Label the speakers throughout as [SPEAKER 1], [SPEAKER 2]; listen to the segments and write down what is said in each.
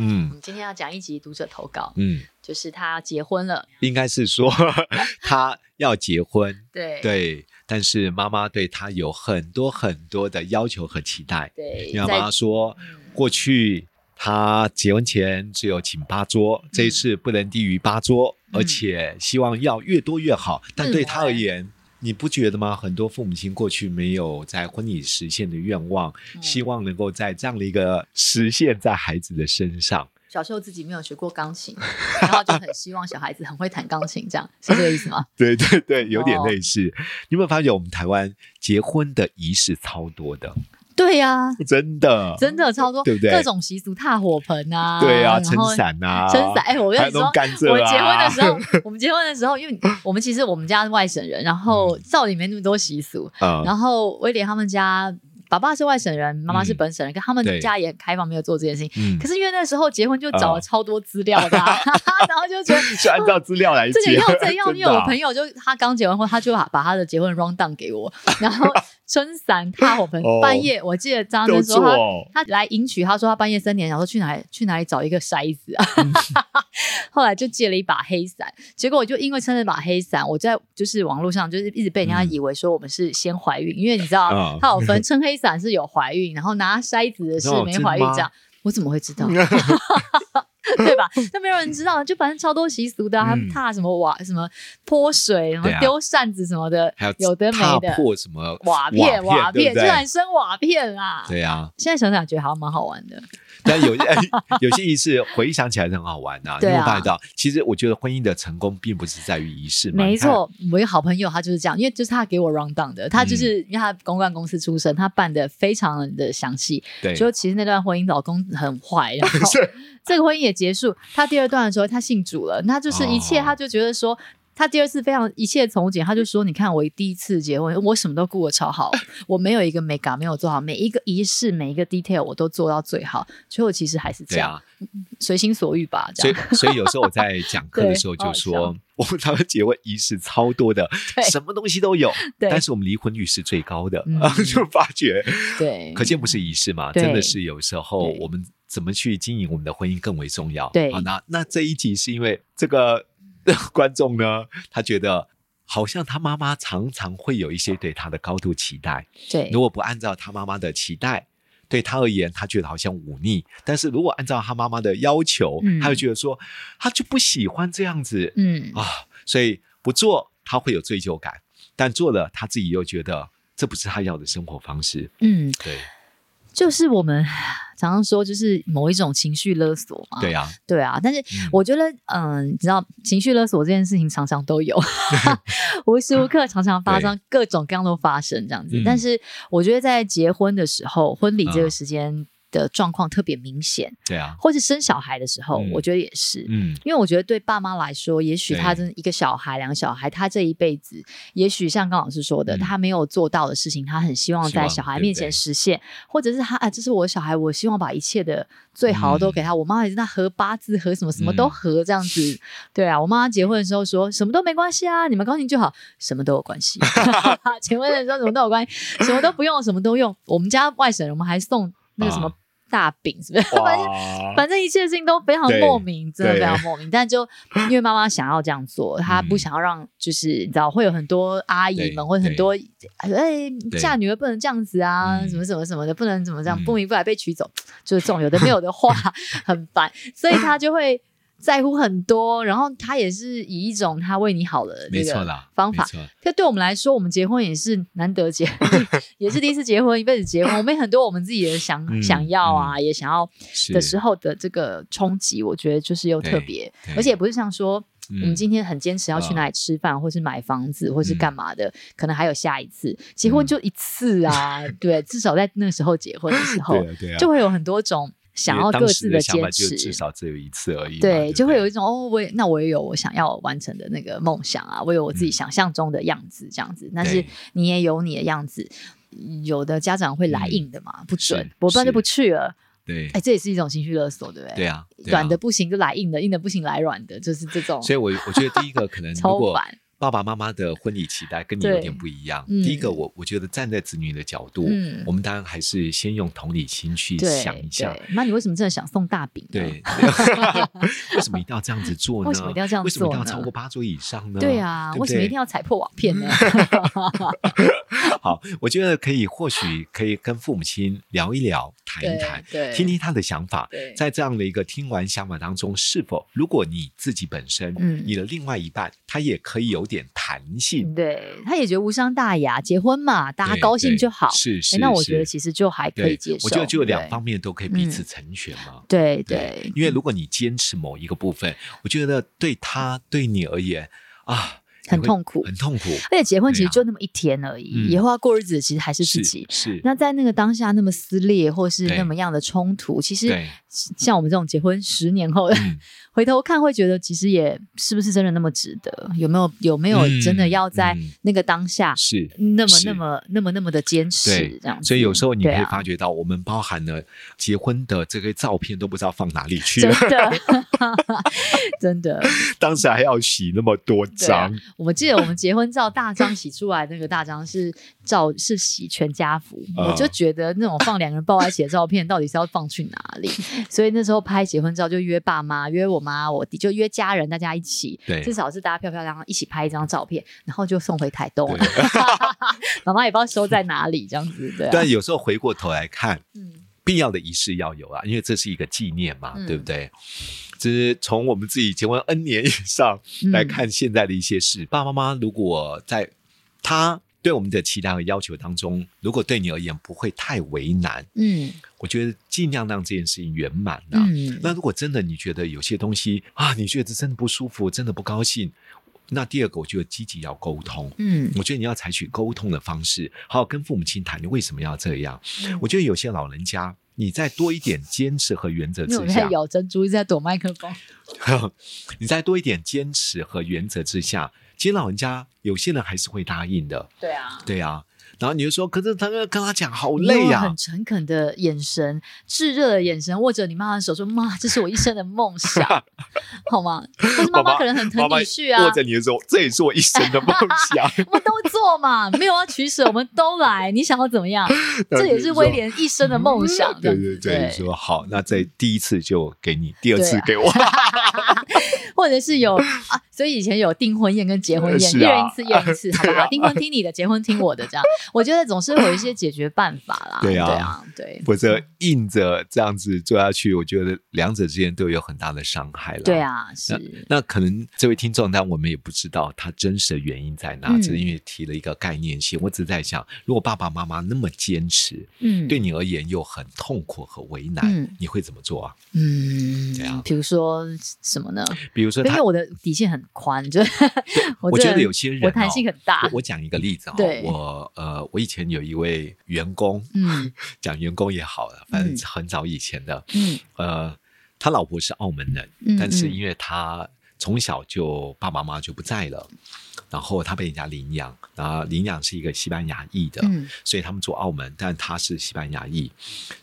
[SPEAKER 1] 嗯
[SPEAKER 2] 们今天要讲一集读者投稿，
[SPEAKER 1] 嗯，
[SPEAKER 2] 就是他结婚了，
[SPEAKER 1] 应该是说 他要结婚，
[SPEAKER 2] 对
[SPEAKER 1] 对，但是妈妈对他有很多很多的要求和期待。
[SPEAKER 2] 对
[SPEAKER 1] 因为妈
[SPEAKER 2] 在
[SPEAKER 1] 妈说
[SPEAKER 2] 嗯，
[SPEAKER 1] 过去他结婚前只有请八桌，这一次不能低于八桌，
[SPEAKER 2] 嗯
[SPEAKER 1] 而且希望要越多越好。但对他
[SPEAKER 2] 嗯
[SPEAKER 1] 而言，你不觉得吗？很多父母亲过去没有在婚礼实现的愿望，
[SPEAKER 2] 嗯
[SPEAKER 1] 希望能够在这样的一个实现在孩子的身上。
[SPEAKER 2] 小时候自己没有学过钢琴，然后就很希望小孩子很会弹钢琴，这样是这个意思吗？
[SPEAKER 1] 对对对，有点
[SPEAKER 2] 哦
[SPEAKER 1] 类似。你有没有发觉我们台湾结婚的仪式超多的？
[SPEAKER 2] 对呀、
[SPEAKER 1] 真的，
[SPEAKER 2] 真的超多，
[SPEAKER 1] 对不对
[SPEAKER 2] 各种习俗，踏火盆啊，
[SPEAKER 1] 对啊，
[SPEAKER 2] 然
[SPEAKER 1] 撑
[SPEAKER 2] 后
[SPEAKER 1] 伞啊，
[SPEAKER 2] 撑伞。哎，我跟
[SPEAKER 1] 还有
[SPEAKER 2] 你说
[SPEAKER 1] 那种。甘蔗、啊、
[SPEAKER 2] 我结婚的时候，我们结婚的时候，因为我们其实我们家是外省人，然后照理没那么多习俗，
[SPEAKER 1] 嗯，
[SPEAKER 2] 然后威廉他们家爸爸是外省人，妈妈是
[SPEAKER 1] 嗯
[SPEAKER 2] 本省人，可他们
[SPEAKER 1] 对
[SPEAKER 2] 家也很开放，没有做这件事情。
[SPEAKER 1] 嗯
[SPEAKER 2] 可是因为那时候结婚就找了
[SPEAKER 1] 啊
[SPEAKER 2] 超多资料的啊、 然后就觉得
[SPEAKER 1] 就按照资料来
[SPEAKER 2] 这
[SPEAKER 1] 解
[SPEAKER 2] 个。要这 样，
[SPEAKER 1] 真
[SPEAKER 2] 因为
[SPEAKER 1] 的
[SPEAKER 2] 我
[SPEAKER 1] 啊
[SPEAKER 2] 朋友就他刚结完婚，他就把把他的结婚 round down 给我，然后撑伞踏火盆
[SPEAKER 1] 哦，
[SPEAKER 2] 半夜我记得张
[SPEAKER 1] 都
[SPEAKER 2] 真
[SPEAKER 1] 做
[SPEAKER 2] 说他
[SPEAKER 1] 哦，
[SPEAKER 2] 他来迎娶，他说他半夜三点想说去哪里去哪里找一个筛子啊，
[SPEAKER 1] 嗯
[SPEAKER 2] 后来就借了一把黑伞，结果我就因为撑了把黑伞，我在就是网络上就是一直被人家
[SPEAKER 1] 嗯
[SPEAKER 2] 以为说我们是先怀孕，因为你知道、
[SPEAKER 1] 啊
[SPEAKER 2] 他有分撑黑伞是有怀孕，然后拿筛子的是
[SPEAKER 1] 哦
[SPEAKER 2] 没
[SPEAKER 1] 真的
[SPEAKER 2] 怀孕
[SPEAKER 1] 吗
[SPEAKER 2] 这样，我怎么会知道？对吧？那没有人知道，就反正超多习俗的、啊，还
[SPEAKER 1] 嗯
[SPEAKER 2] 踏什么瓦、什么泼水、什么
[SPEAKER 1] 对啊
[SPEAKER 2] 丢扇子什么的，
[SPEAKER 1] 还有
[SPEAKER 2] 有的没
[SPEAKER 1] 踏
[SPEAKER 2] 的，
[SPEAKER 1] 破什么
[SPEAKER 2] 瓦片、瓦
[SPEAKER 1] 对
[SPEAKER 2] 片，
[SPEAKER 1] 不
[SPEAKER 2] 居
[SPEAKER 1] 对
[SPEAKER 2] 然生瓦片啦！
[SPEAKER 1] 对啊，
[SPEAKER 2] 现在想想觉得好像蛮好玩的，
[SPEAKER 1] 但有些、 哎有些仪式回想起来是很好玩呐、啊。
[SPEAKER 2] 对啊
[SPEAKER 1] 你有没有发觉到，其实我觉得婚姻的成功并不是在于仪式嘛，
[SPEAKER 2] 没
[SPEAKER 1] 你看，
[SPEAKER 2] 错。我一个好朋友他就是这样，因为就是他给我 round down 的，
[SPEAKER 1] 嗯
[SPEAKER 2] 他就是、因为他公关公司出身，他办的非常的详细，
[SPEAKER 1] 对，
[SPEAKER 2] 就其实那段婚姻老公很 坏，然后这个婚姻也结束。他第二段的时候，他信主了，那就是一切，
[SPEAKER 1] 哦
[SPEAKER 2] 他就觉得说。他第二次非常一切从简，他就说：“你看，我第一次结婚，我什么都顾得超 好，我没有一个美感没有做好，每一个仪式、每一个 detail 我都做到最好。结果其实还是这
[SPEAKER 1] 对
[SPEAKER 2] 样，
[SPEAKER 1] 啊，
[SPEAKER 2] 随心所欲吧，这
[SPEAKER 1] 所以
[SPEAKER 2] 样。
[SPEAKER 1] 所以有时候我在讲课的
[SPEAKER 2] 对
[SPEAKER 1] 时候
[SPEAKER 2] 好
[SPEAKER 1] 就
[SPEAKER 2] 好
[SPEAKER 1] 说，我们台湾结婚仪式超多的，
[SPEAKER 2] 对
[SPEAKER 1] 什么东西都有，
[SPEAKER 2] 对
[SPEAKER 1] 但是我们离婚率是最高的，
[SPEAKER 2] 嗯
[SPEAKER 1] 就发觉，
[SPEAKER 2] 对
[SPEAKER 1] 可见不是仪式
[SPEAKER 2] 嗯
[SPEAKER 1] 嘛，
[SPEAKER 2] 对
[SPEAKER 1] 真的是有时候
[SPEAKER 2] 对
[SPEAKER 1] 我们怎么去经营我们的婚姻更为重要。
[SPEAKER 2] 对
[SPEAKER 1] 好，那那这一集是因为这个 观众呢，他觉得好像他妈妈常常会有一些对他的高度期待，
[SPEAKER 2] 对
[SPEAKER 1] 如果不按照他妈妈的期待。对他而言，他觉得好像忤逆；但是如果按照他妈妈的要求，
[SPEAKER 2] 嗯
[SPEAKER 1] 他就觉得说，他就不喜欢这样子。
[SPEAKER 2] 嗯，
[SPEAKER 1] 啊，所以不做他会有罪疚感，但做了他自己又觉得这不是他要的生活方式。
[SPEAKER 2] 嗯，
[SPEAKER 1] 对
[SPEAKER 2] 就是我们常常说，就是某一种情绪勒索嘛。
[SPEAKER 1] 对啊，
[SPEAKER 2] 对啊，但是
[SPEAKER 1] 嗯
[SPEAKER 2] 我觉得，嗯、你知道，情绪勒索这件事情常常都 有，无时无刻常常发生，各种各样都发生这样子。
[SPEAKER 1] 嗯
[SPEAKER 2] 但是我觉得在结婚的时候，婚礼这
[SPEAKER 1] 嗯
[SPEAKER 2] 个时间的状况特别明显，
[SPEAKER 1] 对啊，
[SPEAKER 2] 或是生小孩的时候，
[SPEAKER 1] 嗯
[SPEAKER 2] 我觉得也是。
[SPEAKER 1] 嗯，
[SPEAKER 2] 因为我觉得对爸妈来说，也许
[SPEAKER 1] 对
[SPEAKER 2] 他真的一个小孩、两个小孩，他这一辈子，也许像刚老师说的，
[SPEAKER 1] 嗯
[SPEAKER 2] 他没有做到的事情，他很希望
[SPEAKER 1] 希望
[SPEAKER 2] 在小孩
[SPEAKER 1] 对不
[SPEAKER 2] 面
[SPEAKER 1] 对
[SPEAKER 2] 前实现，或者是他啊，这是我的小孩，我希望把一切的最好的都给他。我妈也是，那合八字合什么什么都
[SPEAKER 1] 嗯
[SPEAKER 2] 合这样子。 对啊，我妈结婚的时候说什么都没关系啊，你们高兴就好，什么都有关 系。 结婚的时候什么都有关系，什么都不用，什么都用。我们家外省人，我们还送那个什么
[SPEAKER 1] 啊
[SPEAKER 2] 大饼，是不是？反正
[SPEAKER 1] 哇，
[SPEAKER 2] 反正一切事情都非常
[SPEAKER 1] 对
[SPEAKER 2] 莫名，真的
[SPEAKER 1] 对嗯
[SPEAKER 2] 非常莫名。但 就因为妈妈想要这样做，她不想要让，就是你知道会有很多阿姨
[SPEAKER 1] 对
[SPEAKER 2] 们，或者很多哎
[SPEAKER 1] 对
[SPEAKER 2] 嫁女儿不能这样子啊，
[SPEAKER 1] 嗯
[SPEAKER 2] 什么什么什么的，不能怎么这样，
[SPEAKER 1] 嗯
[SPEAKER 2] 不明不白被娶走，就是这种有的没有的话 很烦，所以她就会在乎很多。然后她也是以一种她为你好的
[SPEAKER 1] 没
[SPEAKER 2] 这
[SPEAKER 1] 错
[SPEAKER 2] 个
[SPEAKER 1] 啦，
[SPEAKER 2] 方法
[SPEAKER 1] 没，错
[SPEAKER 2] 可对我们来说，我们结婚也是难得结， 也是第一次结婚，一辈子结婚，我们也很多我们自己的想、
[SPEAKER 1] 嗯
[SPEAKER 2] 想要啊，也想要
[SPEAKER 1] 是
[SPEAKER 2] 的时候的这个冲击，我觉得就是又特别，而且也不是像说。
[SPEAKER 1] 嗯
[SPEAKER 2] 我们今天很坚持要去哪里吃饭，或是买房子，或是干嘛的，可能还有下一次。
[SPEAKER 1] 嗯
[SPEAKER 2] 结婚就一次啊，对，至少在那时候结婚的时候
[SPEAKER 1] 对，啊对啊，
[SPEAKER 2] 就会有很多种想
[SPEAKER 1] 因为
[SPEAKER 2] 要各
[SPEAKER 1] 当时
[SPEAKER 2] 自
[SPEAKER 1] 的想
[SPEAKER 2] 坚
[SPEAKER 1] 法就至
[SPEAKER 2] 持。
[SPEAKER 1] 少只有一次而已嘛，
[SPEAKER 2] 对，就会有
[SPEAKER 1] 一
[SPEAKER 2] 一种哦，我也那我也有我想要完成的那个梦想啊，我有我自己
[SPEAKER 1] 嗯
[SPEAKER 2] 想象中的样子这样子，但是你也有你的样子。有的家长会来
[SPEAKER 1] 嗯
[SPEAKER 2] 硬的嘛，不准
[SPEAKER 1] 是，
[SPEAKER 2] 我不然就是不去了。
[SPEAKER 1] 对
[SPEAKER 2] 哎，这也是一种情绪勒索，对不对？
[SPEAKER 1] 对啊，对啊
[SPEAKER 2] 软的不行就来硬的，硬的不行来软的，就是这种。
[SPEAKER 1] 所以我我觉得第一个 可能
[SPEAKER 2] 超
[SPEAKER 1] 如果
[SPEAKER 2] 烦
[SPEAKER 1] 爸爸妈妈的婚礼期待跟你有
[SPEAKER 2] 对
[SPEAKER 1] 点不一样，
[SPEAKER 2] 嗯
[SPEAKER 1] 第一个我我觉得站在子女的角度，
[SPEAKER 2] 嗯
[SPEAKER 1] 我们当然还是先用同理心去
[SPEAKER 2] 对
[SPEAKER 1] 想一下。
[SPEAKER 2] 对那你为什么真的想送大饼呢？啊
[SPEAKER 1] 对， 为什么一定要这样子做呢？
[SPEAKER 2] 嗯 为什么一定要这样做呢
[SPEAKER 1] 为什么一定要超过八桌以上呢？
[SPEAKER 2] 对啊，
[SPEAKER 1] 对不嗯
[SPEAKER 2] 为什么一定要踩破瓦片呢？
[SPEAKER 1] 对好，我觉得可以，或许可以跟父母亲聊一聊，谈一谈，
[SPEAKER 2] 对，对
[SPEAKER 1] 听听他的想法。
[SPEAKER 2] 对
[SPEAKER 1] 在这样的一个听完想法当中，是否如果你自己本身，
[SPEAKER 2] 嗯
[SPEAKER 1] 你的另外一半，他也可以有点弹性，
[SPEAKER 2] 对，他也觉得无伤大雅，结婚嘛，大家
[SPEAKER 1] 对
[SPEAKER 2] 高兴
[SPEAKER 1] 对
[SPEAKER 2] 就好。
[SPEAKER 1] 是是
[SPEAKER 2] 诶，那我觉得
[SPEAKER 1] 是
[SPEAKER 2] 其实就还可以
[SPEAKER 1] 对
[SPEAKER 2] 接受。
[SPEAKER 1] 我觉得就有两
[SPEAKER 2] 对
[SPEAKER 1] 方。面都可以彼此成全嘛。
[SPEAKER 2] 对对，
[SPEAKER 1] 因为如果你坚持某一个部分，我觉得对他对你而言啊，你
[SPEAKER 2] 很
[SPEAKER 1] 会
[SPEAKER 2] 痛苦
[SPEAKER 1] 很痛苦。
[SPEAKER 2] 而且结婚其
[SPEAKER 1] 对
[SPEAKER 2] 实
[SPEAKER 1] 啊
[SPEAKER 2] 就那么一天而已，
[SPEAKER 1] 嗯
[SPEAKER 2] 以后要过日子其实还是自己
[SPEAKER 1] 是。是，
[SPEAKER 2] 那在那个当下那么撕裂，或是
[SPEAKER 1] 对
[SPEAKER 2] 那么样的冲突，其实
[SPEAKER 1] 对
[SPEAKER 2] 像我们这种结婚十年后的，
[SPEAKER 1] 嗯
[SPEAKER 2] 回头看会觉得，其实也是不是真的那么值得？有没有有没有真的
[SPEAKER 1] 嗯
[SPEAKER 2] 要在
[SPEAKER 1] 嗯
[SPEAKER 2] 那个当下，
[SPEAKER 1] 是
[SPEAKER 2] 那么
[SPEAKER 1] 是
[SPEAKER 2] 那么那么那么的坚
[SPEAKER 1] 对
[SPEAKER 2] 持这样子？
[SPEAKER 1] 所以有时候你
[SPEAKER 2] 对
[SPEAKER 1] 可以
[SPEAKER 2] 啊
[SPEAKER 1] 发觉到，我们包含了结婚的这个照片都不知道放哪里去
[SPEAKER 2] 真
[SPEAKER 1] 了，
[SPEAKER 2] 的 真的，
[SPEAKER 1] 当时还要洗那么多
[SPEAKER 2] 对啊
[SPEAKER 1] 张，
[SPEAKER 2] 我记得我们结婚照大张洗出来，那个大张是照是洗全家福，
[SPEAKER 1] 啊
[SPEAKER 2] 我就觉得那种放两个人抱在一起的照片，到底是要放去哪里？ 所以那时候拍结婚照就约爸妈、约我妈、我弟，就约家人，大家一起，
[SPEAKER 1] 对
[SPEAKER 2] 至少是大家漂漂亮亮一起拍一张照片，然后就送回台东
[SPEAKER 1] 对，
[SPEAKER 2] 妈妈也不知道收在哪里，这样子对、啊，
[SPEAKER 1] 但有时候回过头来看，
[SPEAKER 2] 嗯，
[SPEAKER 1] 必要的仪式要有啊，因为这是一个纪念嘛，
[SPEAKER 2] 嗯
[SPEAKER 1] 对不对？只是从我们自己结婚 N 年以上
[SPEAKER 2] 嗯
[SPEAKER 1] 来看现在的一些事，爸爸妈妈如果在他对我们的期待和要求当中，如果对你而言不会太为难，
[SPEAKER 2] 嗯
[SPEAKER 1] 我觉得尽量让这件事情圆满啊。
[SPEAKER 2] 嗯，
[SPEAKER 1] 那如果真的你觉得有些东西啊，你觉得真的不舒服，真的不高兴，那第二个我觉得积极要沟通。
[SPEAKER 2] 嗯
[SPEAKER 1] 我觉得你要采取沟通的方式，好好跟父母亲谈，你为什么要这样？我觉得有些老人家，你再多一点坚持和原则
[SPEAKER 2] 因为我
[SPEAKER 1] 之
[SPEAKER 2] 在
[SPEAKER 1] 下，
[SPEAKER 2] 咬珍珠，一直在躲麦克风，
[SPEAKER 1] 你再多一点坚持和原则之下，其实老人家有些人还是会答应的，
[SPEAKER 2] 对啊，
[SPEAKER 1] 对啊。然后你就说，可是他跟他讲好
[SPEAKER 2] 你
[SPEAKER 1] 累啊
[SPEAKER 2] 用
[SPEAKER 1] 呀、
[SPEAKER 2] 很诚恳的眼神，炙热的眼神，握着你妈妈的手说：“妈，这是我一生的梦 想，好吗？”或是妈妈可能很疼你去啊，
[SPEAKER 1] 握着你的手，这也是我一生的梦想。
[SPEAKER 2] 我们都做嘛，没有要取舍，我们都来，你想要怎么 样？ 这也是威廉一生的梦想。这
[SPEAKER 1] 对
[SPEAKER 2] 样
[SPEAKER 1] 对
[SPEAKER 2] 子
[SPEAKER 1] 对，说好，那这第一次就给你，第二
[SPEAKER 2] 对
[SPEAKER 1] 次
[SPEAKER 2] 啊
[SPEAKER 1] 给 我，
[SPEAKER 2] 或者是有啊，所以以前有订婚宴跟结婚宴，
[SPEAKER 1] 是啊
[SPEAKER 2] 一人一次，宴一次， 好不
[SPEAKER 1] 对
[SPEAKER 2] 好？
[SPEAKER 1] 啊
[SPEAKER 2] 订婚听你的，结婚听我的，这样，我觉得总是会有一些解决办法啦。
[SPEAKER 1] 对啊
[SPEAKER 2] 对啊，对。
[SPEAKER 1] 或者硬着这样子做下去，我觉得两者之间都有很大的伤害了。
[SPEAKER 2] 对啊，
[SPEAKER 1] 呃
[SPEAKER 2] 是，
[SPEAKER 1] 那可能这位听众，但我们也不知道他真实的原因在哪，
[SPEAKER 2] 嗯
[SPEAKER 1] 只是因为提了一个概念性。我只是在想，如果爸爸妈妈那么坚持，
[SPEAKER 2] 嗯，
[SPEAKER 1] 对你而言又很痛苦和为难，
[SPEAKER 2] 嗯
[SPEAKER 1] 你会怎么做啊？
[SPEAKER 2] 嗯
[SPEAKER 1] 怎样，
[SPEAKER 2] 比如说什么呢？
[SPEAKER 1] 比如说
[SPEAKER 2] 因
[SPEAKER 1] 他
[SPEAKER 2] 为，我的底线很宽，就是 我
[SPEAKER 1] 我
[SPEAKER 2] 这
[SPEAKER 1] 觉得有些人、哦，
[SPEAKER 2] 我弹性很大
[SPEAKER 1] 我。我讲一个例子哦，
[SPEAKER 2] 对
[SPEAKER 1] 我呃，我以前有一位员工，
[SPEAKER 2] 嗯
[SPEAKER 1] 讲员工也好了，反正
[SPEAKER 2] 嗯
[SPEAKER 1] 很早以前的，
[SPEAKER 2] 嗯
[SPEAKER 1] 呃，他老婆是澳门人，
[SPEAKER 2] 嗯
[SPEAKER 1] 但是
[SPEAKER 2] 嗯
[SPEAKER 1] 因为他从小就爸爸妈妈就不在了，然后他被人家领养，然后领养是一个西班牙裔的，
[SPEAKER 2] 嗯
[SPEAKER 1] 所以他们住澳门，但他是西班牙裔，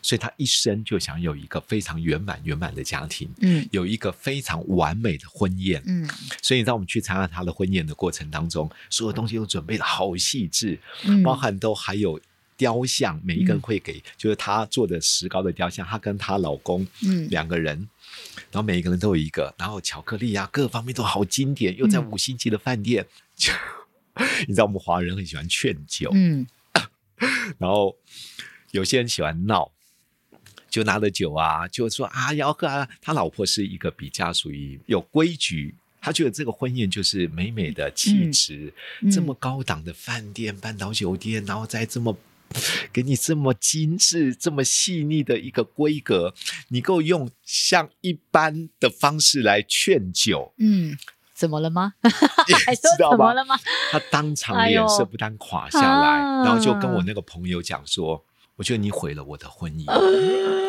[SPEAKER 1] 所以他一生就想有一个非常圆满圆满的家庭。
[SPEAKER 2] 嗯
[SPEAKER 1] 有一个非常完美的婚宴，
[SPEAKER 2] 嗯
[SPEAKER 1] 所以你知道我们去参加他的婚宴的过程当中，所有东西都准备的好细致，
[SPEAKER 2] 嗯，
[SPEAKER 1] 包含都还有雕像，每一个人会给，就是她做的石膏的雕像，她跟她老公
[SPEAKER 2] 嗯
[SPEAKER 1] 两个人，然后每一个人都有一个，然后巧克力啊，各方面都好经典，又在
[SPEAKER 2] 嗯
[SPEAKER 1] 五星级的饭店，就 你知道我们华人很喜欢劝酒，
[SPEAKER 2] 嗯
[SPEAKER 1] 然后有些人喜欢闹。就拿了酒啊，就说啊要喝啊。他老婆是一个比较属于有规矩，他觉得这个婚宴就是美美的气质，
[SPEAKER 2] 嗯
[SPEAKER 1] 这么高档的饭店、半岛酒店，然后再这么。给你这么精致、这么细腻的一个规格，你够用像一般的方式来 劝酒，
[SPEAKER 2] 嗯，怎么了吗？
[SPEAKER 1] 你
[SPEAKER 2] 还
[SPEAKER 1] 知
[SPEAKER 2] 说
[SPEAKER 1] 道
[SPEAKER 2] 怎么
[SPEAKER 1] 吗？
[SPEAKER 2] 了吗？
[SPEAKER 1] 他当场
[SPEAKER 2] 哎呦
[SPEAKER 1] 脸色不但垮下来，
[SPEAKER 2] 啊
[SPEAKER 1] 然后就跟我那个朋友讲说：“我觉得你毁了我的婚姻。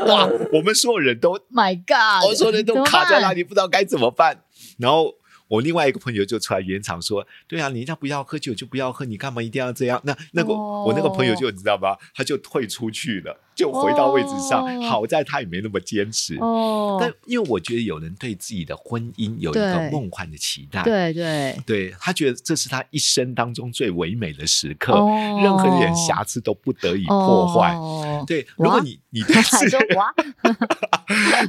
[SPEAKER 1] 哇，我们所有 人都，
[SPEAKER 2] My God！
[SPEAKER 1] 我所有人
[SPEAKER 2] 哎怎
[SPEAKER 1] 都
[SPEAKER 2] 么
[SPEAKER 1] 卡在
[SPEAKER 2] 办
[SPEAKER 1] 那里，不知道该怎么办。然后我另外一个朋友就出来圆场说：“对啊，你那不要喝酒就不要喝，你干嘛一定要这样？”那那个、
[SPEAKER 2] 哦
[SPEAKER 1] 我那个朋友就你知道吧，他就退出去了，就回到位置上。
[SPEAKER 2] 哦
[SPEAKER 1] 好在他也没那么坚持。
[SPEAKER 2] 哦，
[SPEAKER 1] 但因为我觉得有人对自己的婚姻有一个
[SPEAKER 2] 对
[SPEAKER 1] 梦幻的期待，
[SPEAKER 2] 对对，
[SPEAKER 1] 对他觉得这是他一生当中最唯美的时刻，
[SPEAKER 2] 哦
[SPEAKER 1] 任何一点瑕疵都不得以破坏。
[SPEAKER 2] 哦、
[SPEAKER 1] 对，
[SPEAKER 2] 哇
[SPEAKER 1] 如果你你对
[SPEAKER 2] 还 嗯说
[SPEAKER 1] 自
[SPEAKER 2] 哇，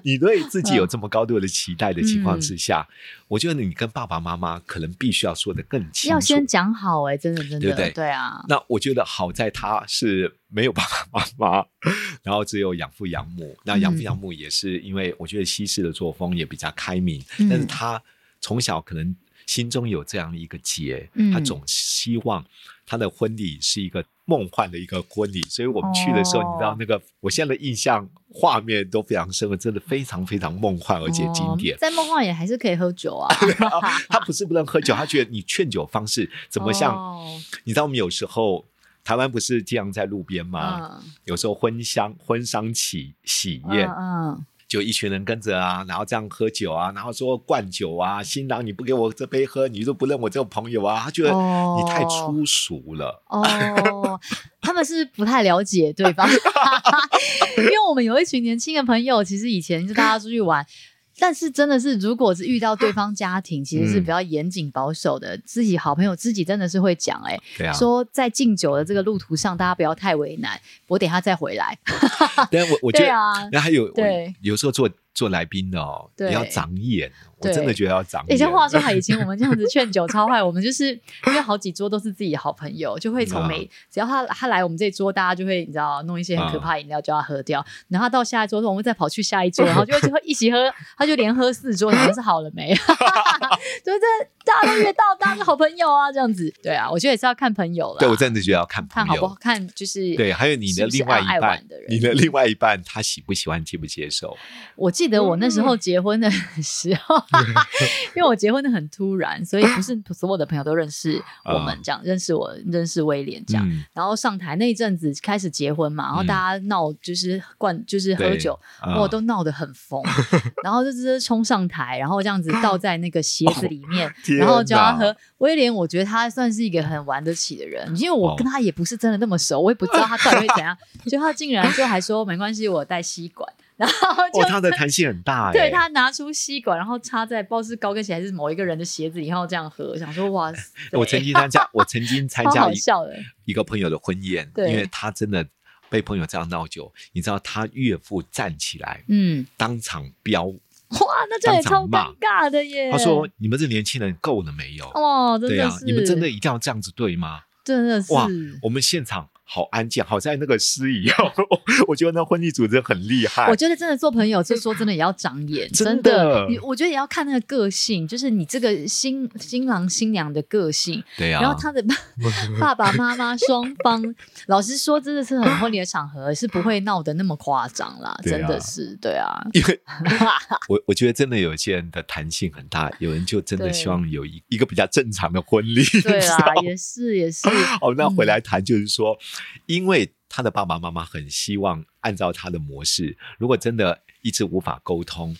[SPEAKER 1] 你对自己有这么高度的期待的
[SPEAKER 2] 嗯
[SPEAKER 1] 情况之下，我觉得你跟爸爸妈妈可能必须要说的更清楚。
[SPEAKER 2] 要先讲好哎、真的真的，
[SPEAKER 1] 对不对
[SPEAKER 2] 啊，
[SPEAKER 1] 那我觉得好在他是没有爸爸妈妈， 然后只有养父养母。那养父养母也是因为我觉得西式的作风也比较开明，
[SPEAKER 2] 嗯
[SPEAKER 1] 但是他从小可能心中有这样一个结，
[SPEAKER 2] 嗯
[SPEAKER 1] 他总希望他的婚礼是一个梦幻的一个婚礼。所以我们去的时候，
[SPEAKER 2] 哦
[SPEAKER 1] 你知道那个我现在的印象画面都非常深刻，真的非常非常梦幻而且经典
[SPEAKER 2] 哦。在梦幻也还是可以喝酒啊，
[SPEAKER 1] 他不是不能喝酒，他觉得你劝酒方式 怎么像？
[SPEAKER 2] 哦
[SPEAKER 1] 你知道我们有时候台湾不是这样在路边吗？
[SPEAKER 2] 嗯
[SPEAKER 1] 有时候婚丧婚丧喜喜宴，
[SPEAKER 2] 嗯
[SPEAKER 1] 就一群人跟着啊，然后这样喝酒啊，然后说灌酒啊，新郎你不给我这杯喝，你就不认我这个朋友啊，他觉得
[SPEAKER 2] 哦
[SPEAKER 1] 你太粗俗了。
[SPEAKER 2] 嗯 哦，他们是不太了解对方， 因为我们有一群年轻的朋友，其实以前就大家出去玩。但是真的是，如果是遇到对方家庭，其实是比较严谨保守的。自己好朋友自己真的是会讲、哎、
[SPEAKER 1] 对啊，
[SPEAKER 2] 说在敬酒的这个路途上，大家不要太为难。我等一下再回来。
[SPEAKER 1] 但我我觉
[SPEAKER 2] 对
[SPEAKER 1] 得，
[SPEAKER 2] 啊，
[SPEAKER 1] 那还有
[SPEAKER 2] 对
[SPEAKER 1] 有时候做做来宾的哦，
[SPEAKER 2] 对
[SPEAKER 1] 你要长眼，哦我
[SPEAKER 2] 对
[SPEAKER 1] 真的觉得要长
[SPEAKER 2] 以
[SPEAKER 1] 眼。
[SPEAKER 2] 前话说好，以前我们这样子劝酒超坏，我们就是 因为好几桌都是自己的好朋友，就会
[SPEAKER 1] 啊
[SPEAKER 2] 从每、只要他他来我们这一桌，大家就会你知道弄一些很可怕的饮料叫他喝掉，然后他到下一桌之后，我们再跑去下一 桌，然后就会就一起喝，他就连喝四桌，然后是好了没？ 就是大家都约到，大家是好朋友啊，这样子。对啊，我觉得也是要看朋友啦，
[SPEAKER 1] 对我真的觉得要看朋
[SPEAKER 2] 看好不
[SPEAKER 1] 友
[SPEAKER 2] 好。看，就是
[SPEAKER 1] 对，还有你
[SPEAKER 2] 是
[SPEAKER 1] 的
[SPEAKER 2] 不是
[SPEAKER 1] 另外
[SPEAKER 2] 爱玩
[SPEAKER 1] 一半
[SPEAKER 2] 的人，
[SPEAKER 1] 你的另外一半他喜不喜欢、接不接受？
[SPEAKER 2] 我记
[SPEAKER 1] 嗯
[SPEAKER 2] 得我那时候结婚的 时候， 因为我结婚的很突然，所以不 是所有的朋友都认识我们
[SPEAKER 1] 啊
[SPEAKER 2] 这样，认识我，认识威廉这样。
[SPEAKER 1] 嗯
[SPEAKER 2] 然后上台那一阵子开始结婚嘛，然后
[SPEAKER 1] 嗯
[SPEAKER 2] 大家闹就是灌就是喝
[SPEAKER 1] 对
[SPEAKER 2] 酒，
[SPEAKER 1] 啊
[SPEAKER 2] 我都闹得很 疯，然后就是冲上台，然后这样子倒在那个鞋子里面，
[SPEAKER 1] 哦天
[SPEAKER 2] 然后叫他
[SPEAKER 1] 哪
[SPEAKER 2] 喝。威廉，我觉得他算是一个很玩得起的人，因为我
[SPEAKER 1] 哦
[SPEAKER 2] 跟他也不是真的那么熟，我也不知道他到底会怎 样。就他竟然就还说没关系，我带吸管， 然后就
[SPEAKER 1] 哦，他的弹性很大、欸，
[SPEAKER 2] 对他拿出吸管，然后插在不知道是高跟鞋还是某一个人的鞋子里，然后这样喝，我想说哇塞，
[SPEAKER 1] 我曾经参加，我曾经参
[SPEAKER 2] 超
[SPEAKER 1] 加
[SPEAKER 2] 好
[SPEAKER 1] 一
[SPEAKER 2] 笑的，
[SPEAKER 1] 一个朋友的婚宴，
[SPEAKER 2] 对
[SPEAKER 1] 因为他真的被朋友这样闹酒，你知道他岳父站起来
[SPEAKER 2] 嗯，
[SPEAKER 1] 当场飙，
[SPEAKER 2] 哇，那这也
[SPEAKER 1] 当
[SPEAKER 2] 超
[SPEAKER 1] 场骂
[SPEAKER 2] 尴尬的耶。
[SPEAKER 1] 他说：“你们这年轻人够了没有？”
[SPEAKER 2] 哦，真
[SPEAKER 1] 对
[SPEAKER 2] 的
[SPEAKER 1] 啊
[SPEAKER 2] 是，，
[SPEAKER 1] 你们真的一定要这样子对吗？
[SPEAKER 2] 真的是
[SPEAKER 1] 哇我们现场好安静，好在那个司仪哦，我觉得那婚礼组织很厉害
[SPEAKER 2] 我。觉得真的做朋友，这说真的也要长眼，真
[SPEAKER 1] 真的
[SPEAKER 2] 你我觉得也要看那个个性，就是你这个新新郎新娘的个性，
[SPEAKER 1] 对
[SPEAKER 2] 然后
[SPEAKER 1] 啊，
[SPEAKER 2] 他的 爸爸妈妈双方，老实说，真的是很婚礼的场合是不会闹得那么夸张啦，
[SPEAKER 1] 对啊
[SPEAKER 2] 真的是，对啊，
[SPEAKER 1] 因为我我觉得真的有些人的弹性很大，有人就真的
[SPEAKER 2] 对
[SPEAKER 1] 希望有一一个比较正常的婚礼。
[SPEAKER 2] 对啊
[SPEAKER 1] 你知道
[SPEAKER 2] 啦
[SPEAKER 1] 吗，
[SPEAKER 2] 也是也 是，
[SPEAKER 1] 哦，那回
[SPEAKER 2] 嗯
[SPEAKER 1] 来谈就是说，因为他的爸爸妈妈很希望按照他的模式，如果真的一直无法沟通，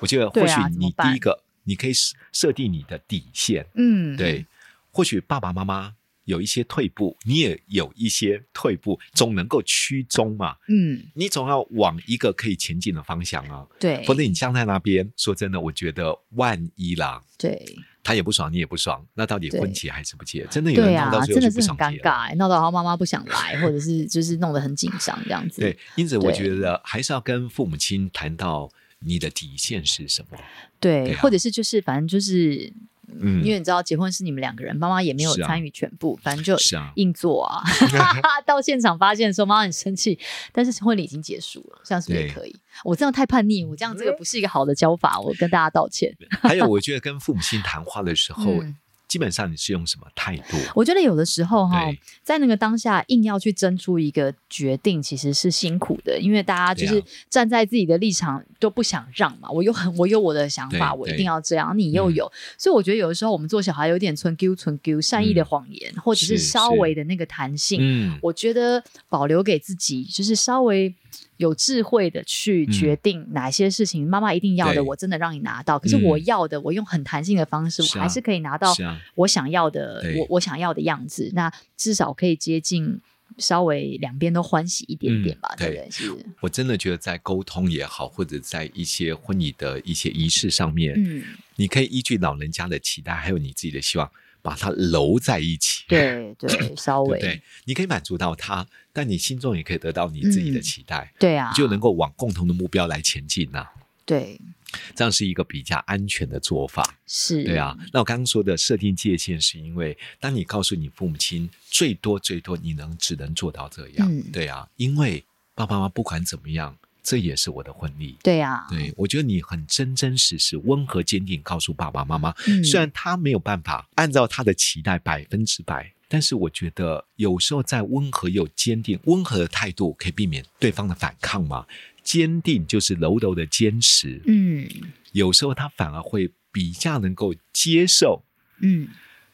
[SPEAKER 1] 我觉得
[SPEAKER 2] 对
[SPEAKER 1] 或许
[SPEAKER 2] 啊怎么
[SPEAKER 1] 你
[SPEAKER 2] 办
[SPEAKER 1] 第一个，你可以设设定你的底线，
[SPEAKER 2] 嗯，
[SPEAKER 1] 对，或许爸爸妈妈有一些退步，你也有一些退步，总能够趋中嘛，
[SPEAKER 2] 嗯，
[SPEAKER 1] 你总要往一个可以前进的方向啊，
[SPEAKER 2] 对，
[SPEAKER 1] 否则你僵在那边，说真的，我觉得万一啦。
[SPEAKER 2] 对
[SPEAKER 1] 他也不爽，你也不爽，那到底
[SPEAKER 2] 对
[SPEAKER 1] 婚结还是不结？真的有
[SPEAKER 2] 对
[SPEAKER 1] 人闹
[SPEAKER 2] 啊
[SPEAKER 1] 到，
[SPEAKER 2] 真
[SPEAKER 1] 最后
[SPEAKER 2] 的
[SPEAKER 1] 就是不
[SPEAKER 2] 很
[SPEAKER 1] 想
[SPEAKER 2] 尴
[SPEAKER 1] 结了。
[SPEAKER 2] 尬，欸闹到他妈妈不想来，或者是就是弄得很紧张这样子，
[SPEAKER 1] 对，因此我
[SPEAKER 2] 对
[SPEAKER 1] 觉得还是要跟父母亲谈到你的底线是什么。
[SPEAKER 2] 对，
[SPEAKER 1] 对啊
[SPEAKER 2] 或者是就是反正就是，
[SPEAKER 1] 嗯
[SPEAKER 2] 因为你知道结婚是你们两个人，妈妈也没有
[SPEAKER 1] 是啊
[SPEAKER 2] 参与全部，反正就是
[SPEAKER 1] 啊
[SPEAKER 2] 硬做 啊。 到现场发现的时候，妈妈很生气，但是婚礼已经结束了，这样是不是也
[SPEAKER 1] 对嗯
[SPEAKER 2] 可以？我这样太叛逆，我这样这个不是一个好的教法，我跟大家道歉。
[SPEAKER 1] 还有，我觉得跟父母亲谈话的时候，
[SPEAKER 2] 嗯
[SPEAKER 1] 基本上你是用什么态度？
[SPEAKER 2] 我觉得有的时候哈
[SPEAKER 1] 对，
[SPEAKER 2] 在那个当下硬要去争出一个决定，其实是辛苦的，因为大家就是
[SPEAKER 1] 对啊
[SPEAKER 2] 站在自己的立场都不想让嘛，我有很我有我的想法，
[SPEAKER 1] 对
[SPEAKER 2] 我一
[SPEAKER 1] 对嗯
[SPEAKER 2] 定要这样，你又有，所以我觉得有的时候我们做小孩有点存 Q 存 Q 善意的
[SPEAKER 1] 嗯
[SPEAKER 2] 谎言，或者是
[SPEAKER 1] 是
[SPEAKER 2] 稍
[SPEAKER 1] 是
[SPEAKER 2] 微的那个弹性，
[SPEAKER 1] 嗯，
[SPEAKER 2] 我觉得保留给自己，就是稍微有智慧的去决定哪些事情，妈妈一定要的，
[SPEAKER 1] 嗯对
[SPEAKER 2] 我真的让你拿到。可是
[SPEAKER 1] 嗯
[SPEAKER 2] 我要的，我用很弹性的方式，
[SPEAKER 1] 是
[SPEAKER 2] 我
[SPEAKER 1] 啊
[SPEAKER 2] 还是可以拿到
[SPEAKER 1] 是啊
[SPEAKER 2] 我想要的，
[SPEAKER 1] 对
[SPEAKER 2] 我我想要的样子。那至少可以接近，稍微两边都欢喜一点点吧，
[SPEAKER 1] 嗯
[SPEAKER 2] 对不
[SPEAKER 1] 对
[SPEAKER 2] 对？是，
[SPEAKER 1] 我真的觉得在沟通也好，或者在一些婚礼的一些仪式上面，
[SPEAKER 2] 嗯，
[SPEAKER 1] 你可以依据老人家的期待，还有你自己的希望，把它揉在一起。
[SPEAKER 2] 对对，稍
[SPEAKER 1] 对不
[SPEAKER 2] 微
[SPEAKER 1] 对？你可以满足到他，但你心中也可以得到你自己的期待，
[SPEAKER 2] 对啊
[SPEAKER 1] 你，就能够往共同的目标来前进呐、
[SPEAKER 2] 对
[SPEAKER 1] 这样是一个比较安全的做法，
[SPEAKER 2] 是，
[SPEAKER 1] 对啊。那我刚刚说的设定界限，是因为当你告诉你父母亲，最多最多你能只能做到这样，
[SPEAKER 2] 嗯
[SPEAKER 1] 对啊，因为爸爸妈妈不管怎么样，这也是我的婚礼。
[SPEAKER 2] 对啊，
[SPEAKER 1] 对，我觉得你很真真实实、温和坚定，告诉爸爸妈妈，
[SPEAKER 2] 嗯
[SPEAKER 1] 虽然他没有办法按照他的期待百分之百，但是我觉得有时候在温和又坚定、温和的态度可以避免对方的反抗嘛。坚定就是柔柔的坚持，
[SPEAKER 2] 嗯
[SPEAKER 1] 有时候他反而会比较能够接受
[SPEAKER 2] 嗯。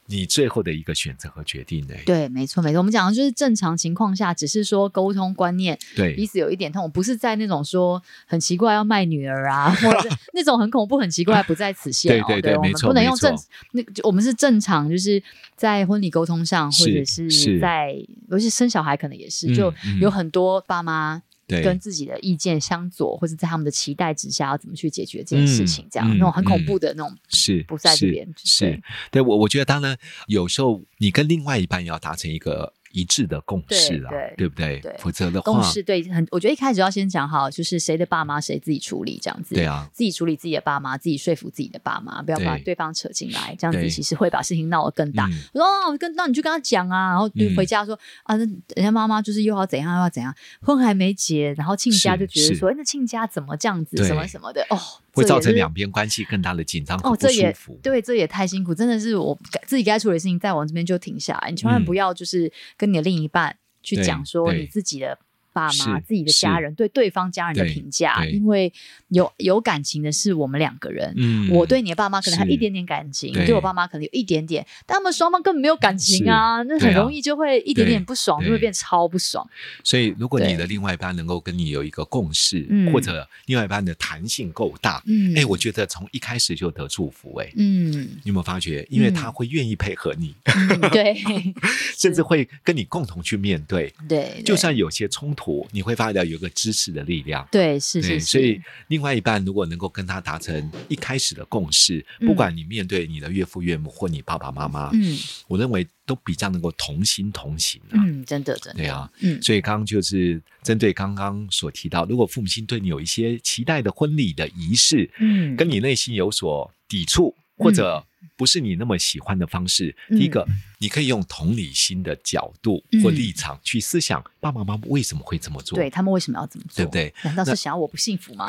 [SPEAKER 1] 你最后的一个选择和决定呢、
[SPEAKER 2] 对，没错，没错。我们讲的就是正常情况下，只是说沟通观念彼
[SPEAKER 1] 对
[SPEAKER 2] 此有一点痛，不是在那种说很奇怪要卖女儿 啊，或者那种很恐怖、很奇怪，不在此限、哦。
[SPEAKER 1] 对对对
[SPEAKER 2] 我们
[SPEAKER 1] 没错
[SPEAKER 2] 不能用
[SPEAKER 1] 没错
[SPEAKER 2] 正那我们是正常，就是在婚礼沟通上，或者
[SPEAKER 1] 是
[SPEAKER 2] 是
[SPEAKER 1] 是
[SPEAKER 2] 在尤其生小孩，可能也是，
[SPEAKER 1] 嗯
[SPEAKER 2] 就
[SPEAKER 1] 嗯
[SPEAKER 2] 有很多爸妈。
[SPEAKER 1] 对
[SPEAKER 2] 跟自己的意见相左，或者在他们的期待之下，要怎么去解决这件事情？
[SPEAKER 1] 嗯
[SPEAKER 2] 这样、
[SPEAKER 1] 嗯
[SPEAKER 2] 那种很恐
[SPEAKER 1] 嗯
[SPEAKER 2] 怖的那种，
[SPEAKER 1] 是
[SPEAKER 2] 不在这
[SPEAKER 1] 是
[SPEAKER 2] 边
[SPEAKER 1] 是
[SPEAKER 2] 对
[SPEAKER 1] 对我我觉得当然有时候你跟另外一半也要达成一个一致的共识啊，
[SPEAKER 2] 对对
[SPEAKER 1] 不对？
[SPEAKER 2] 对
[SPEAKER 1] 否则的话，
[SPEAKER 2] 共识对很，我觉得一开始要先讲好，就是谁的爸妈谁自己处理这样子。
[SPEAKER 1] 对啊
[SPEAKER 2] 自己处理自己的爸妈，自己说服自己的爸妈，不要把
[SPEAKER 1] 对
[SPEAKER 2] 对方扯进来，这样子
[SPEAKER 1] 对
[SPEAKER 2] 其实会把事情闹得更大。
[SPEAKER 1] 嗯
[SPEAKER 2] 我说哦，跟那你去跟他讲啊，然后就
[SPEAKER 1] 嗯
[SPEAKER 2] 回家说、啊，那人家妈妈就是又要怎样又要怎样，婚还没结，然后亲家就
[SPEAKER 1] 是
[SPEAKER 2] 觉得
[SPEAKER 1] 是
[SPEAKER 2] 说，哎那亲家怎么这样子，
[SPEAKER 1] 对
[SPEAKER 2] 什么什么的，哦，这
[SPEAKER 1] 会
[SPEAKER 2] 也
[SPEAKER 1] 造成
[SPEAKER 2] 是
[SPEAKER 1] 两边关系更大的紧张和
[SPEAKER 2] 哦，
[SPEAKER 1] 不
[SPEAKER 2] 这
[SPEAKER 1] 舒
[SPEAKER 2] 也
[SPEAKER 1] 服。
[SPEAKER 2] 对，这也太辛苦，真的是我该自己该处理的事情，在我这边就停下来。你千万
[SPEAKER 1] 嗯
[SPEAKER 2] 不要就是跟你的另一半去
[SPEAKER 1] 对
[SPEAKER 2] 讲说
[SPEAKER 1] 对
[SPEAKER 2] 你自己的爸妈、
[SPEAKER 1] 是
[SPEAKER 2] 自己的家
[SPEAKER 1] 是
[SPEAKER 2] 人对对方家人的
[SPEAKER 1] 对
[SPEAKER 2] 评价，
[SPEAKER 1] 对
[SPEAKER 2] 因为有有感情的是我们两个人。
[SPEAKER 1] 嗯
[SPEAKER 2] 我对你的爸妈可能还
[SPEAKER 1] 是
[SPEAKER 2] 一点点感情，你
[SPEAKER 1] 对
[SPEAKER 2] 对我爸妈可能有一点点，但他们双方根本没有感情啊，那很
[SPEAKER 1] 对啊
[SPEAKER 2] 容易就会一点点
[SPEAKER 1] 对
[SPEAKER 2] 不爽，就会
[SPEAKER 1] 对哎
[SPEAKER 2] 变超不爽。
[SPEAKER 1] 所以如果
[SPEAKER 2] 对
[SPEAKER 1] 你的另外一半能够跟你有一个共识，
[SPEAKER 2] 嗯
[SPEAKER 1] 或者另外一半的弹性够大，
[SPEAKER 2] 嗯，
[SPEAKER 1] 哎、我觉得从一开始就得祝福、哎。
[SPEAKER 2] 嗯，
[SPEAKER 1] 你有没有发觉？因为
[SPEAKER 2] 嗯
[SPEAKER 1] 他会愿意配合你，
[SPEAKER 2] 嗯对
[SPEAKER 1] 甚至会跟你共同去面对。
[SPEAKER 2] 对，
[SPEAKER 1] 就
[SPEAKER 2] 对
[SPEAKER 1] 算有些冲突，你会发觉到有一个支持的力量。
[SPEAKER 2] 对是
[SPEAKER 1] 对，
[SPEAKER 2] 是，
[SPEAKER 1] 所
[SPEAKER 2] 是
[SPEAKER 1] 以另外一半如果能够跟他达成一开始的共识，
[SPEAKER 2] 嗯
[SPEAKER 1] 不管你面对你的岳父岳母或你爸爸妈妈，
[SPEAKER 2] 嗯
[SPEAKER 1] 我认为都比较能够同心同行啊。
[SPEAKER 2] 嗯，真的真的，
[SPEAKER 1] 对啊，
[SPEAKER 2] 嗯
[SPEAKER 1] 所以刚刚就是针对刚刚所提到，如果父母亲对你有一些期待的婚礼的仪式，
[SPEAKER 2] 嗯，
[SPEAKER 1] 跟你内心有所抵触，或者不是你那么喜欢的方式，
[SPEAKER 2] 嗯
[SPEAKER 1] 第一个，你可以用同理心的角度或立场去思想爸爸妈妈为什么会这么做，
[SPEAKER 2] 对他们为什么要这么做？
[SPEAKER 1] 对不对？
[SPEAKER 2] 难道是想要我不幸福吗？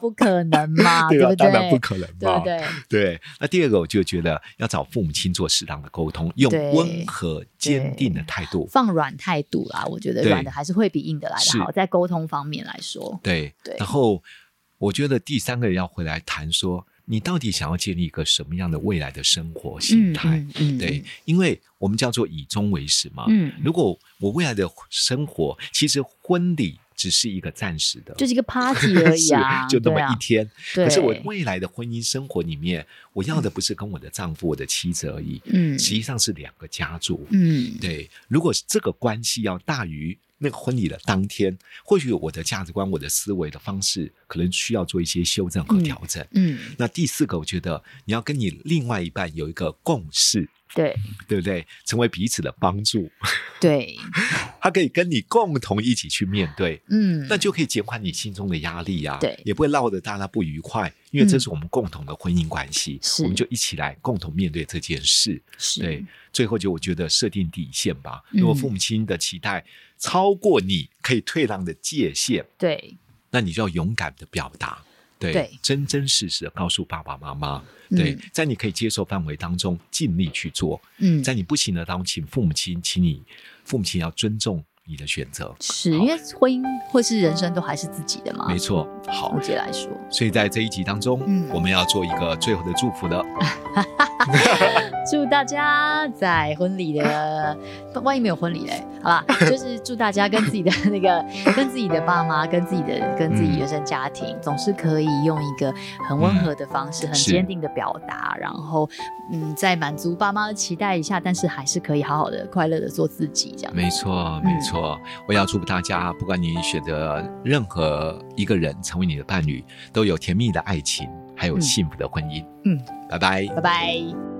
[SPEAKER 2] 不，不可能嘛，
[SPEAKER 1] 对
[SPEAKER 2] 不
[SPEAKER 1] 吧？
[SPEAKER 2] 啊对？
[SPEAKER 1] 当然不可能
[SPEAKER 2] 对
[SPEAKER 1] 嘛，
[SPEAKER 2] 不对？
[SPEAKER 1] 对，那第二个我就觉得要找父母亲做适当的沟通，用
[SPEAKER 2] 对
[SPEAKER 1] 温和坚定的态度。
[SPEAKER 2] 放软态度啦，我觉得
[SPEAKER 1] 对
[SPEAKER 2] 软的还是会比硬的来
[SPEAKER 1] 是
[SPEAKER 2] 的好，在沟通方面来说，
[SPEAKER 1] 对，
[SPEAKER 2] 对
[SPEAKER 1] 然后我觉得第三个要回来谈说，你到底想要建立一个什么样的未来的生活形
[SPEAKER 2] 嗯
[SPEAKER 1] 态？
[SPEAKER 2] 嗯嗯，
[SPEAKER 1] 对，因为我们叫做以终为始嘛。
[SPEAKER 2] 嗯，
[SPEAKER 1] 如果我未来的生活，其实婚礼只是一个暂时的，
[SPEAKER 2] 就是一个 party 而已
[SPEAKER 1] 是
[SPEAKER 2] 啊，
[SPEAKER 1] 就那
[SPEAKER 2] 对
[SPEAKER 1] 么
[SPEAKER 2] 啊
[SPEAKER 1] 一天。
[SPEAKER 2] 对
[SPEAKER 1] 可是我未来的婚姻生活里面，我要的不是跟我的丈夫、我的妻子而已，
[SPEAKER 2] 嗯
[SPEAKER 1] 实际上是两个家族。
[SPEAKER 2] 嗯，
[SPEAKER 1] 对，如果是这个关系要大于那个婚礼的当天，或许我的价值观、我的思维的方式，可能需要做一些修正和调整。
[SPEAKER 2] 嗯，
[SPEAKER 1] 那第四个，我觉得你要跟你另外一半有一个共识，
[SPEAKER 2] 对
[SPEAKER 1] 对不对？成为彼此的帮助，
[SPEAKER 2] 对，
[SPEAKER 1] 他可以跟你共同一起去面对，
[SPEAKER 2] 嗯，
[SPEAKER 1] 那就可以减缓你心中的压力呀、
[SPEAKER 2] 对
[SPEAKER 1] 也不会闹得大家不愉快，因为这
[SPEAKER 2] 嗯
[SPEAKER 1] 是我们共同的婚姻关系，
[SPEAKER 2] 是
[SPEAKER 1] 我们就一起来共同面对这件事。
[SPEAKER 2] 是
[SPEAKER 1] 对，最后就我觉得设定底线吧。
[SPEAKER 2] 嗯
[SPEAKER 1] 如果父母亲的期待超过你可以退让的界限，
[SPEAKER 2] 对
[SPEAKER 1] 那你就要勇敢的表达，对，
[SPEAKER 2] 对
[SPEAKER 1] 真真实实的告诉爸爸妈妈，
[SPEAKER 2] 嗯
[SPEAKER 1] 对，在你可以接受范围当中尽力去做，
[SPEAKER 2] 嗯
[SPEAKER 1] 在你不行的当中，请父母亲，请你父母亲要尊重你的选择。
[SPEAKER 2] 是因为婚姻或是人生都还是自己的嘛？
[SPEAKER 1] 没，错，好
[SPEAKER 2] 目，前来说，
[SPEAKER 1] 所以在这一集当中，
[SPEAKER 2] 嗯
[SPEAKER 1] 我们要做一个最后的祝福了。
[SPEAKER 2] 祝大家在婚礼的， 不万一没有婚礼嘞，好吧，就是祝大家跟自己的那个，跟自己的爸妈，跟自己的，跟自己原生家庭，总是可以用一个很温和的方式，很
[SPEAKER 1] 是
[SPEAKER 2] 坚定的表达，然后嗯，在满足爸妈的期待一下，但是还是可以好好的、快乐的做自己，这样。
[SPEAKER 1] 没错，
[SPEAKER 2] 嗯
[SPEAKER 1] 没错，我要祝福大家，不管你选择任何一个人成为你的伴侣，都有甜蜜的爱情，还有
[SPEAKER 2] 嗯
[SPEAKER 1] 幸福的婚姻。
[SPEAKER 2] 嗯，
[SPEAKER 1] 拜拜。
[SPEAKER 2] 拜拜。